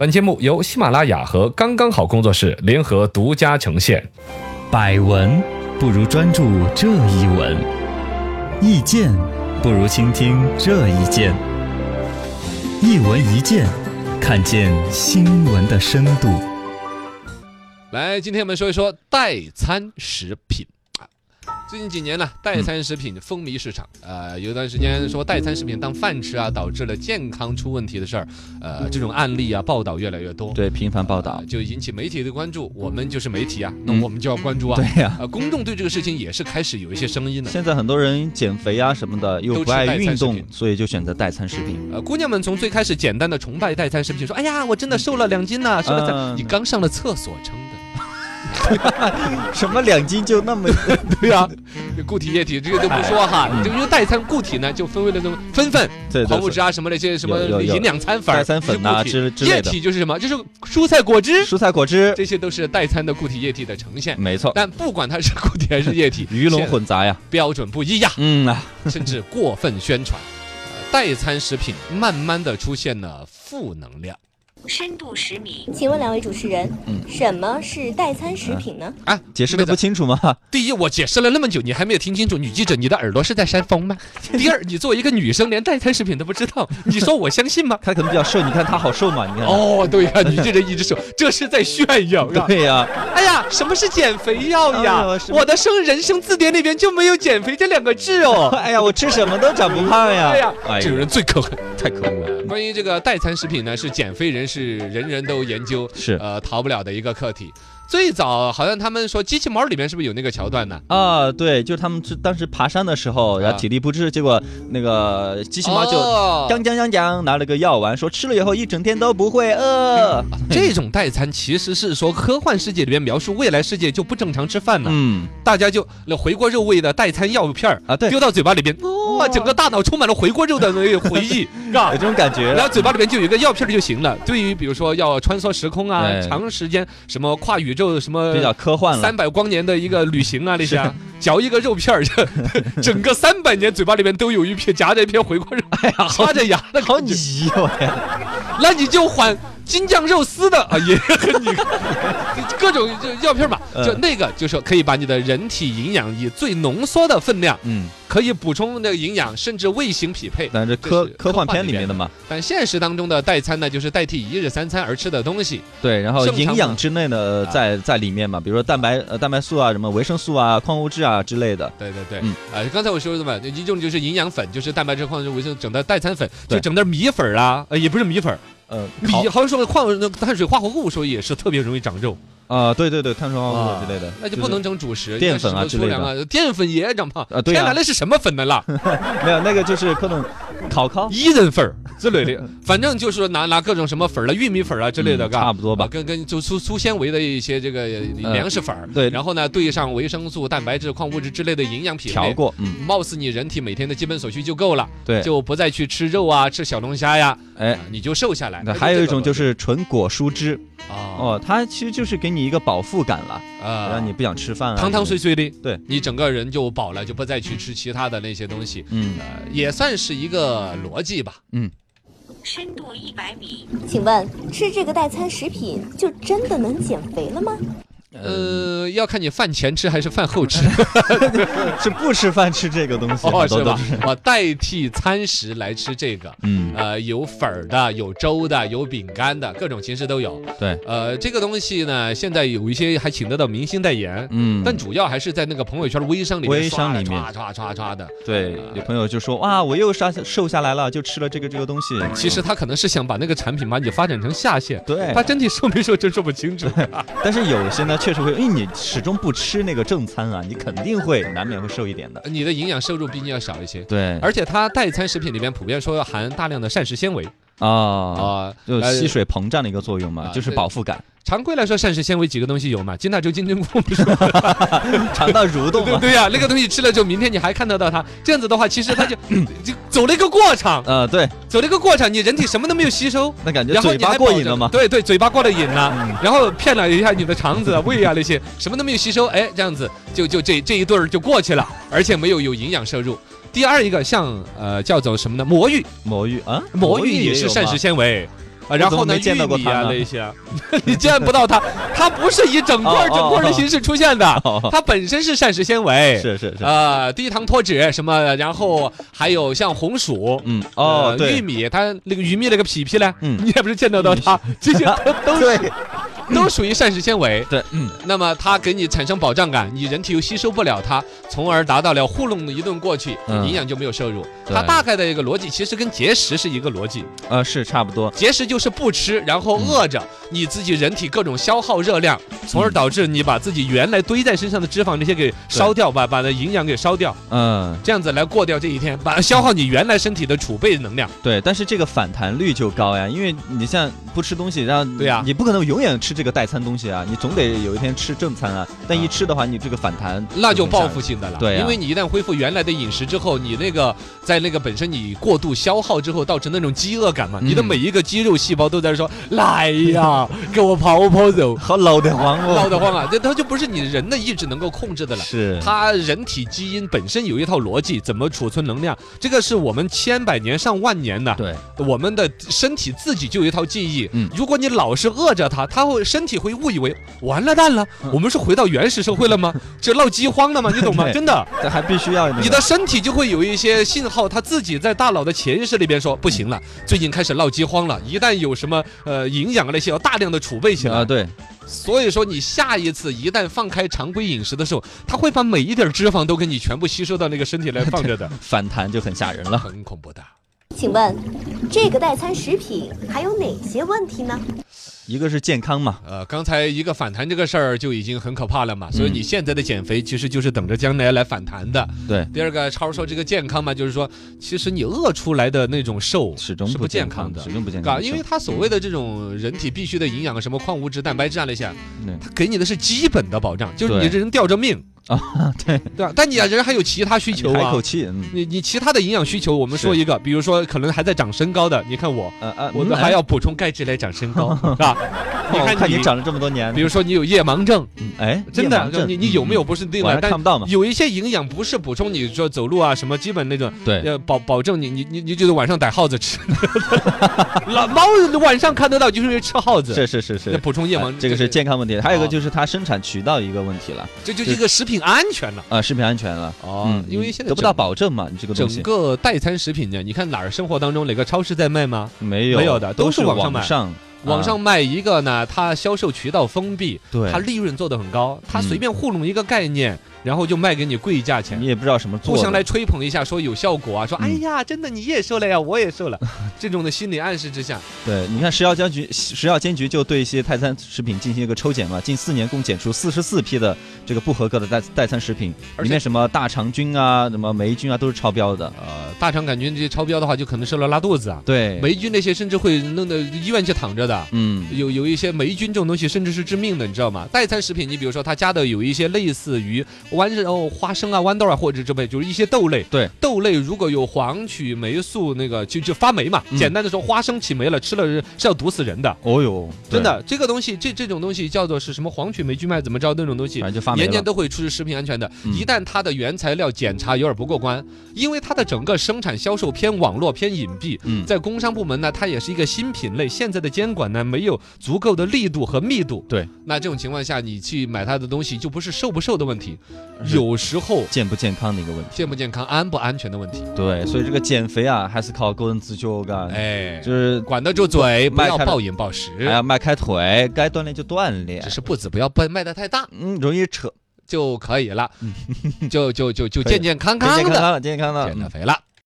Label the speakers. Speaker 1: 本节目由喜马拉雅和刚刚好工作室联合独家呈现。
Speaker 2: 百闻不如专注这一闻，意见不如倾听这一见。一闻一见，看见新闻的深度。
Speaker 1: 来，今天我们说一说代餐食品。最近几年呢，代餐食品风靡市场。呃，有一段时间说代餐食品当饭吃啊，导致了健康出问题的事儿，呃，这种案例啊报道越来越多，
Speaker 2: 对，频繁报
Speaker 1: 啊
Speaker 2: 道。
Speaker 1: 就引起媒体的关注。我们就是媒体啊，那
Speaker 2: 嗯
Speaker 1: 我们就要关注啊。
Speaker 2: 对呀、
Speaker 1: 呃，公众对这个事情也是开始有一些声音了。
Speaker 2: 现在很多人减肥啊什么的，又不爱运
Speaker 1: 都吃代餐食
Speaker 2: 动，
Speaker 1: 品
Speaker 2: 所以就选择代餐食品。
Speaker 1: 呃，姑娘们从最开始简单的崇拜代餐食品，说：“哎呀，我真的瘦了两斤呐、瘦了三。
Speaker 2: 嗯
Speaker 1: 你刚上了厕所称的，
Speaker 2: 什么两斤就那么？
Speaker 1: 对呀、固体液体这个都不说哈，就因为代餐固体呢，就分为了这种分粉、
Speaker 2: 哎对
Speaker 1: 矿物
Speaker 2: 对
Speaker 1: 质啊什么那些什么
Speaker 2: 有有有
Speaker 1: 营养餐粉儿、
Speaker 2: 代餐粉呐、
Speaker 1: 这是固
Speaker 2: 之之
Speaker 1: 体
Speaker 2: 类
Speaker 1: 液
Speaker 2: 的，
Speaker 1: 体就是什么？就是蔬菜果汁，
Speaker 2: 蔬菜果汁，
Speaker 1: 这些都是代餐的固体液体的呈现。
Speaker 2: 没错，，
Speaker 1: 但不管它是固体还是液体
Speaker 2: 嗯 鱼龙
Speaker 1: 现
Speaker 2: 混杂呀。
Speaker 1: 标准不一呀。
Speaker 2: 嗯啊，
Speaker 1: 甚至过分宣传。呃代餐食品慢慢的出现了负能量。
Speaker 3: 深度十米，
Speaker 4: 请问两位主持人，
Speaker 2: 嗯
Speaker 4: 什么是代餐食品呢？
Speaker 1: 啊，
Speaker 2: 解释的
Speaker 1: 妹
Speaker 2: 不
Speaker 1: 子
Speaker 2: 清楚吗？？
Speaker 1: 第一，我解释了那么久，你还没有听清楚，女记者，你的耳朵是在扇风吗？第二，你作为一个女生，连代餐食品都不知道，你说我相信吗
Speaker 2: 他可能比较瘦，你看他好瘦嘛，你 看。
Speaker 1: 哦，对呀、女记者一只 手，这是在炫耀呀！
Speaker 2: 对呀、
Speaker 1: 哎呀，什么是减肥药
Speaker 2: 哎
Speaker 1: 呀
Speaker 2: 呦？是
Speaker 1: 我的生人生字典里边就没有减肥这两个字哦。
Speaker 2: 哎呀，我吃什么都长不胖呀！
Speaker 1: 哎呀，
Speaker 2: 哎
Speaker 1: 这种
Speaker 2: 呀，
Speaker 1: 人最可恨。
Speaker 2: 太可恶了。
Speaker 1: 关于这个代餐食品呢，是减肥人士人人都研究，
Speaker 2: 是
Speaker 1: 呃逃不了的一个课题。最早好像他们说机器猫里面是不是有那个桥段呢？
Speaker 2: 啊，对，就是他们是当时爬山的时
Speaker 1: 啊
Speaker 2: 候，然后体力不支，结果那个机
Speaker 1: 机
Speaker 2: 器猫就
Speaker 1: 哦
Speaker 2: 将将将将拿了个药丸，说吃了以后一整天都不会饿。
Speaker 1: 这种代餐其实是说科幻世界里面描述未来世界就不正常吃饭了，
Speaker 2: 嗯
Speaker 1: 大家就那回锅肉味的代餐药片儿
Speaker 2: 啊，对，有
Speaker 1: 丢到嘴巴里边，哇，整个大脑充满了回锅肉的那个回 忆，是吧
Speaker 2: 这？种感
Speaker 1: 然
Speaker 2: 觉。
Speaker 1: 后嘴巴里面就有一个药片儿就行了。对于比如说要穿梭时空啊
Speaker 2: 哎，
Speaker 1: 长时间什么跨宇宙什么
Speaker 2: 比较科幻了
Speaker 1: 三，百光年的一个旅行啊，那些啊嚼一个肉片儿， 这整个三百年嘴巴里面都有一片夹着一片回 锅肉，哎呀，插着牙的
Speaker 2: 好
Speaker 1: 感觉，
Speaker 2: 你哟呀！
Speaker 1: 那你就缓京酱肉丝的 啊，也很你就各种就药片儿嘛，
Speaker 2: 嗯
Speaker 1: 就那个就是可以把你的人体营养以最浓缩的分量，
Speaker 2: 嗯，
Speaker 1: 可以补充那个营养，甚至味型匹配。
Speaker 2: 但是
Speaker 1: 这
Speaker 2: 科
Speaker 1: 是
Speaker 2: 科
Speaker 1: 科
Speaker 2: 幻
Speaker 1: 幻
Speaker 2: 片
Speaker 1: 里
Speaker 2: 里面
Speaker 1: 面
Speaker 2: 的嘛，
Speaker 1: 但现实当中的代餐呢，就是代替一日三餐而吃的东西。
Speaker 2: 对，然后
Speaker 1: 正常
Speaker 2: 营养
Speaker 1: 嘛
Speaker 2: 之内的
Speaker 1: 啊
Speaker 2: 在在里面嘛，比如说蛋白呃蛋白素啊，什么维生素啊、矿物质啊之类的。
Speaker 1: 对对对，
Speaker 2: 嗯
Speaker 1: 呃，刚才我说的嘛，一种就是营养粉，就是蛋白质、矿物质、维生素，整的代餐粉，就
Speaker 2: 对
Speaker 1: 整点米粉儿啊，呃，也不是米粉儿，
Speaker 2: 呃，
Speaker 1: 米
Speaker 2: 烤
Speaker 1: 好像说矿那个碳水化合物说也是特别容易长肉，
Speaker 2: 啊，对对对，碳水化合
Speaker 1: 啊
Speaker 2: 物之类的，
Speaker 1: 那就是不能整主食，
Speaker 2: 淀粉啊
Speaker 1: 应该是什么粗粮啊，淀粉也长胖
Speaker 2: 啊对啊
Speaker 1: 天哪，那是什么粉的啦？
Speaker 2: 没有，那个就是各种烤烤
Speaker 1: 伊人粉儿之类的， 反正就是拿拿各种什么粉儿了，玉米粉儿啊之类的，
Speaker 2: 嗯
Speaker 1: 嘎
Speaker 2: 差不多吧
Speaker 1: 啊跟跟就粗粗纤维的一些这个呃
Speaker 2: 呃
Speaker 1: 粮食粉儿，
Speaker 2: 对
Speaker 1: 然后呢兑上维生素、蛋白质、矿物质之类的营养品哎
Speaker 2: 调
Speaker 1: 类。
Speaker 2: 过，嗯，
Speaker 1: 貌似你人体每天的基本所需就够了，
Speaker 2: 对，
Speaker 1: 就不再去吃肉啊，吃小龙虾呀，
Speaker 2: 哎
Speaker 1: 啊，你就瘦下来。
Speaker 2: 那还有一种就是是纯果蔬汁
Speaker 1: 哦，
Speaker 2: 哦，它其实就是给你一个饱腹感了，
Speaker 1: 啊
Speaker 2: 让你不想吃饭啊，
Speaker 1: 汤汤水水的，
Speaker 2: 对
Speaker 1: 你整个人就饱了，就不再去吃其他的那些东西，
Speaker 2: 嗯，
Speaker 1: 呃，也算是一个逻辑吧。
Speaker 3: 深度一百米，
Speaker 4: 请问吃这个代餐食品就真的能减肥了吗？
Speaker 2: 嗯
Speaker 1: 呃，要看你饭前吃还是饭 后吃，
Speaker 2: 是不吃饭吃这个东西，
Speaker 1: 哦，
Speaker 2: 很
Speaker 1: 是
Speaker 2: 多都
Speaker 1: 吧
Speaker 2: 是，？
Speaker 1: 我代替餐食来吃这个。
Speaker 2: 嗯，
Speaker 1: 呃，有粉儿的，有粥的，有饼干的，各种形式都有。
Speaker 2: 对，
Speaker 1: 呃，这个东西呢，现在有一些还请得到明星代言，
Speaker 2: 嗯，
Speaker 1: 但主要还是在那个朋友圈微商里面
Speaker 2: 微商里面
Speaker 1: 刷刷刷刷的。
Speaker 2: 对，有朋友就说哇，我又杀瘦下来了，就吃了这个这个东西，
Speaker 1: 其实他可能是想把那个产品把你发展成下线，
Speaker 2: 对
Speaker 1: 他，真体瘦没瘦真说不清楚。
Speaker 2: 但是有些呢确实会，因为你始终不吃那个正餐啊，你肯定会难免会瘦一点的，啊
Speaker 1: 你的营养摄入毕竟要少一些，
Speaker 2: 对，
Speaker 1: 而且它代餐食品里面普遍说要含大量的膳食纤维
Speaker 2: 啊。
Speaker 1: 啊。
Speaker 2: 就
Speaker 1: 呃
Speaker 2: 吸水膨胀的一个作用嘛，
Speaker 1: 啊
Speaker 2: 就是
Speaker 1: 对
Speaker 2: 饱腹感，
Speaker 1: 常规来说，膳食纤维几个东西有嘛？金大洲金针菇 不是吗？
Speaker 2: 肠道蠕动啊
Speaker 1: 对
Speaker 2: 嘛。
Speaker 1: 对呀、那个东西吃了之后，明天你还看得到它。这样子的话，其实 它就就走了一个过场，
Speaker 2: 呃，对，
Speaker 1: 走了一个过场，你人体什么都没有吸收。
Speaker 2: 那感觉
Speaker 1: 然后
Speaker 2: 嘴
Speaker 1: 你还
Speaker 2: 巴
Speaker 1: 保
Speaker 2: 过瘾
Speaker 1: 证
Speaker 2: 了嗯嘛。
Speaker 1: 对对，嘴巴过了瘾了，然后骗了一下你的肠子啊、胃啊那些，什么都没有吸收，哎，这样子就就这这一顿儿就过去了，而且没有有营养摄入。第二一个像呃叫做什么呢？魔芋，
Speaker 2: 魔芋啊，
Speaker 1: 魔芋也
Speaker 2: 有
Speaker 1: 是膳
Speaker 2: 吗
Speaker 1: 食纤维。啊，然后
Speaker 2: 我怎么
Speaker 1: 呢，
Speaker 2: 没见到过
Speaker 1: 玉米
Speaker 2: 它
Speaker 1: 啊
Speaker 2: 呢
Speaker 1: 那些啊， 你见不到它，它不是以整块
Speaker 2: 哦
Speaker 1: 儿
Speaker 2: 哦
Speaker 1: 整块儿的
Speaker 2: 哦
Speaker 1: 形式出现的
Speaker 2: 哦，
Speaker 1: 它本身是膳食纤维，
Speaker 2: 是是是，
Speaker 1: 呃，低糖脱脂什么，然后还有像红薯，
Speaker 2: 嗯，哦
Speaker 1: 呃，玉
Speaker 2: 对，
Speaker 1: 米，它那个鱼蜜那个皮皮呢，
Speaker 2: 嗯
Speaker 1: 你也不是见得到它，这些都都
Speaker 2: 啊对
Speaker 1: 都属于膳食纤维。
Speaker 2: 对，嗯，
Speaker 1: 那么它给你产生饱胀感，你人体又吸收不了它，从而达到了糊弄一顿过去，
Speaker 2: 嗯
Speaker 1: 营养就没有摄入。
Speaker 2: 对
Speaker 1: 它大概的一个逻辑其实跟节食是一个逻辑，
Speaker 2: 呃，是差不多，
Speaker 1: 节食就是不吃，然后饿着，你自己人体各种消耗热量，
Speaker 2: 嗯
Speaker 1: 从而导致你把自己原来堆在身上的脂肪这些给烧掉，把把那营养给烧掉，
Speaker 2: 嗯，
Speaker 1: 这样子来过掉这一天，把消耗你原来身体的储备能量。
Speaker 2: 对，但是这个反弹率就高呀，因为你像不吃东西，然后
Speaker 1: 对呀
Speaker 2: 你不可能永远吃这个代餐东西啊，你总得有一天吃正餐啊。但一吃的话，你这个反弹
Speaker 1: 那就
Speaker 2: 很强
Speaker 1: 报复性的了，
Speaker 2: 对啊
Speaker 1: 因为你一旦恢复原来的饮食之后，你那个在那个本身你过度消耗之后造成那种饥饿感嘛，
Speaker 2: 嗯
Speaker 1: 你的每一个肌肉细胞都在说来 呀，给我跑跑走，
Speaker 2: 好老得 慌
Speaker 1: 闹
Speaker 2: 哦，
Speaker 1: 得慌啊，这它就不是你人的意志能够控制的了。
Speaker 2: 是
Speaker 1: 它人体基因本身有一套逻辑，怎么储存能量，这个是我们千百年上万年的，
Speaker 2: 对，
Speaker 1: 我们的身体自己就有一套记忆。
Speaker 2: 嗯
Speaker 1: 如果你老是饿着它，它会身体会误以为完了蛋了，
Speaker 2: 嗯
Speaker 1: 我们是回到原始社会 了吗？这闹饥荒了吗？你懂吗？
Speaker 2: 对
Speaker 1: 真的，
Speaker 2: 这还必须要那个
Speaker 1: 你的身体就会有一些信号，它自己在大脑的潜意识里边说不行了，最近开始闹饥荒了，一旦有什么呃营养啊那些要大量的储备起
Speaker 2: 啊，
Speaker 1: 来。
Speaker 2: 对，
Speaker 1: 所以说你下一次一旦放开常规饮食的时候，它会把每一点脂肪都给你全部吸收到那个身体来放 着的，
Speaker 2: 反弹就很吓人了。
Speaker 1: 很恐怖的。
Speaker 4: 请问，这个代餐食品还有哪些问题呢？
Speaker 2: 一个是健康嘛，
Speaker 1: 呃，刚才一个反弹这个事儿就已经很可怕了
Speaker 2: 嗯
Speaker 1: 嘛，所以你现在的减肥其实就是等着将来来反弹的。
Speaker 2: 对，
Speaker 1: 第二个，超儿说这个健康嘛，就是说，其实你饿出来的那种瘦
Speaker 2: 始终
Speaker 1: 是不健
Speaker 2: 健
Speaker 1: 康的
Speaker 2: 始。终不健
Speaker 1: 啊，
Speaker 2: 康，
Speaker 1: 因为它所谓的这种人体必需的营养，什么矿物质、蛋白质啊那些，
Speaker 2: 对
Speaker 1: 它给你的是基本的保障，就是你
Speaker 2: 对啊
Speaker 1: 这人吊 着命，
Speaker 2: 对
Speaker 1: 对吧？但你啊，人还有其他需求
Speaker 2: 还一
Speaker 1: 啊
Speaker 2: 口。气，嗯，
Speaker 1: 你你其他的营养需求，我们
Speaker 2: 是
Speaker 1: 说一个，比如说可能还在长身高的，你看我，
Speaker 2: 呃啊，
Speaker 1: 我
Speaker 2: 嗯
Speaker 1: 们还
Speaker 2: 哎
Speaker 1: 要补充钙质来长身 高，是吧？你
Speaker 2: 哦看
Speaker 1: 看你
Speaker 2: 你，长了这么多年
Speaker 1: 比，如说你有夜盲症，
Speaker 2: 嗯哎，
Speaker 1: 真
Speaker 2: 夜
Speaker 1: 的
Speaker 2: 盲，症嗯
Speaker 1: 你你有没有？不是另外，
Speaker 2: 晚上看不到嘛
Speaker 1: 有一些营养不是补充你说走路啊什么基本那种，
Speaker 2: 对
Speaker 1: 要保保证你你你你就是晚上逮耗子吃， 老猫晚上看得到就是因为吃耗子，
Speaker 2: 是是是
Speaker 1: 那
Speaker 2: 是。
Speaker 1: 补充夜
Speaker 2: 哎
Speaker 1: 盲，
Speaker 2: 这个是健康问题，还有一个
Speaker 1: 哦
Speaker 2: 就是它生产渠道一个问题了，
Speaker 1: 这就是一个食品安全了。
Speaker 2: 啊，食品安全了。
Speaker 1: 哦
Speaker 2: 嗯，
Speaker 1: 因为
Speaker 2: 你
Speaker 1: 现在
Speaker 2: 得不到保证嘛，你这个东
Speaker 1: 整
Speaker 2: 西
Speaker 1: 个代餐食品呢，你看哪儿生活当中哪个超市在卖吗？
Speaker 2: 没有
Speaker 1: 没有的都
Speaker 2: 都
Speaker 1: 是
Speaker 2: 是
Speaker 1: 网上买
Speaker 2: 网上
Speaker 1: 网
Speaker 2: 啊
Speaker 1: 上卖一个呢，它销售渠道封闭，它
Speaker 2: 对，
Speaker 1: 利润做得很高，它
Speaker 2: 嗯
Speaker 1: 随便糊弄一个概念，然后就卖给你贵价钱
Speaker 2: 你。也不知道什么做
Speaker 1: 互
Speaker 2: 的，
Speaker 1: 相来吹捧一下，说有效果啊，说
Speaker 2: 嗯
Speaker 1: 哎呀，真的你也瘦了呀，我也 瘦了，这种的心理暗示之下，
Speaker 2: 对，你看食药监局，食药监局就对一些代餐食品进行一个抽检嘛，近四年共检出四十四批的这个不合格的代代餐食品，
Speaker 1: 而且
Speaker 2: 里面什么大肠菌啊、什么霉菌啊都是超标的。
Speaker 1: 呃，大肠杆菌这些超标的话，就可能瘦了拉肚子啊，
Speaker 2: 对，
Speaker 1: 霉菌那些甚至会弄得医院去躺着的。
Speaker 2: 嗯，
Speaker 1: 有有一些霉菌这种东西，甚至是致命的，你知道吗？代餐食品，你比如说它加的有一些类似于豌豆、哦、花生啊、豌豆啊，或者这类，就是一些豆类。
Speaker 2: 对，
Speaker 1: 豆类如果有黄曲霉素，那个就就发霉嘛。
Speaker 2: 嗯
Speaker 1: 简单的说，花生起霉了，吃了是是要毒死人的。
Speaker 2: 哦哟，
Speaker 1: 真的，这个东西，这这种东西叫做是什么黄曲霉菌麦怎么着那种东
Speaker 2: 对，
Speaker 1: 西
Speaker 2: 反，正就发霉
Speaker 1: 年年
Speaker 2: 了。
Speaker 1: 都会出食品安全的。
Speaker 2: 嗯
Speaker 1: 一旦它的原材料检查有点不过关，因为它的整个生产销售偏网络偏隐蔽。
Speaker 2: 嗯，
Speaker 1: 在工商部门呢，它也是一个新品类，现在的监管呢没有足够的力度和密度。
Speaker 2: 对，
Speaker 1: 那这种情况下，你去买它的东西，就不是瘦不瘦的问题，
Speaker 2: 是
Speaker 1: 有时候
Speaker 2: 健不健康的一个问题。嗯
Speaker 1: 健不健康、安不安全的问题。
Speaker 2: 对，所以这个减肥啊，还是靠个人自觉，嘎，
Speaker 1: 哎，
Speaker 2: 嗯就是
Speaker 1: 管得住嘴，不
Speaker 2: 迈
Speaker 1: 要
Speaker 2: 开了
Speaker 1: 暴饮暴食，
Speaker 2: 还要迈开腿，该锻炼就锻炼
Speaker 1: 只，是步子不要迈迈得太大。
Speaker 2: 嗯，容易扯。
Speaker 1: 就可以了，就就就就
Speaker 2: 嗯可以
Speaker 1: 健健
Speaker 2: 健
Speaker 1: 康康
Speaker 2: 健康
Speaker 1: 的
Speaker 2: 了，健健康了，嗯
Speaker 1: 减了肥了。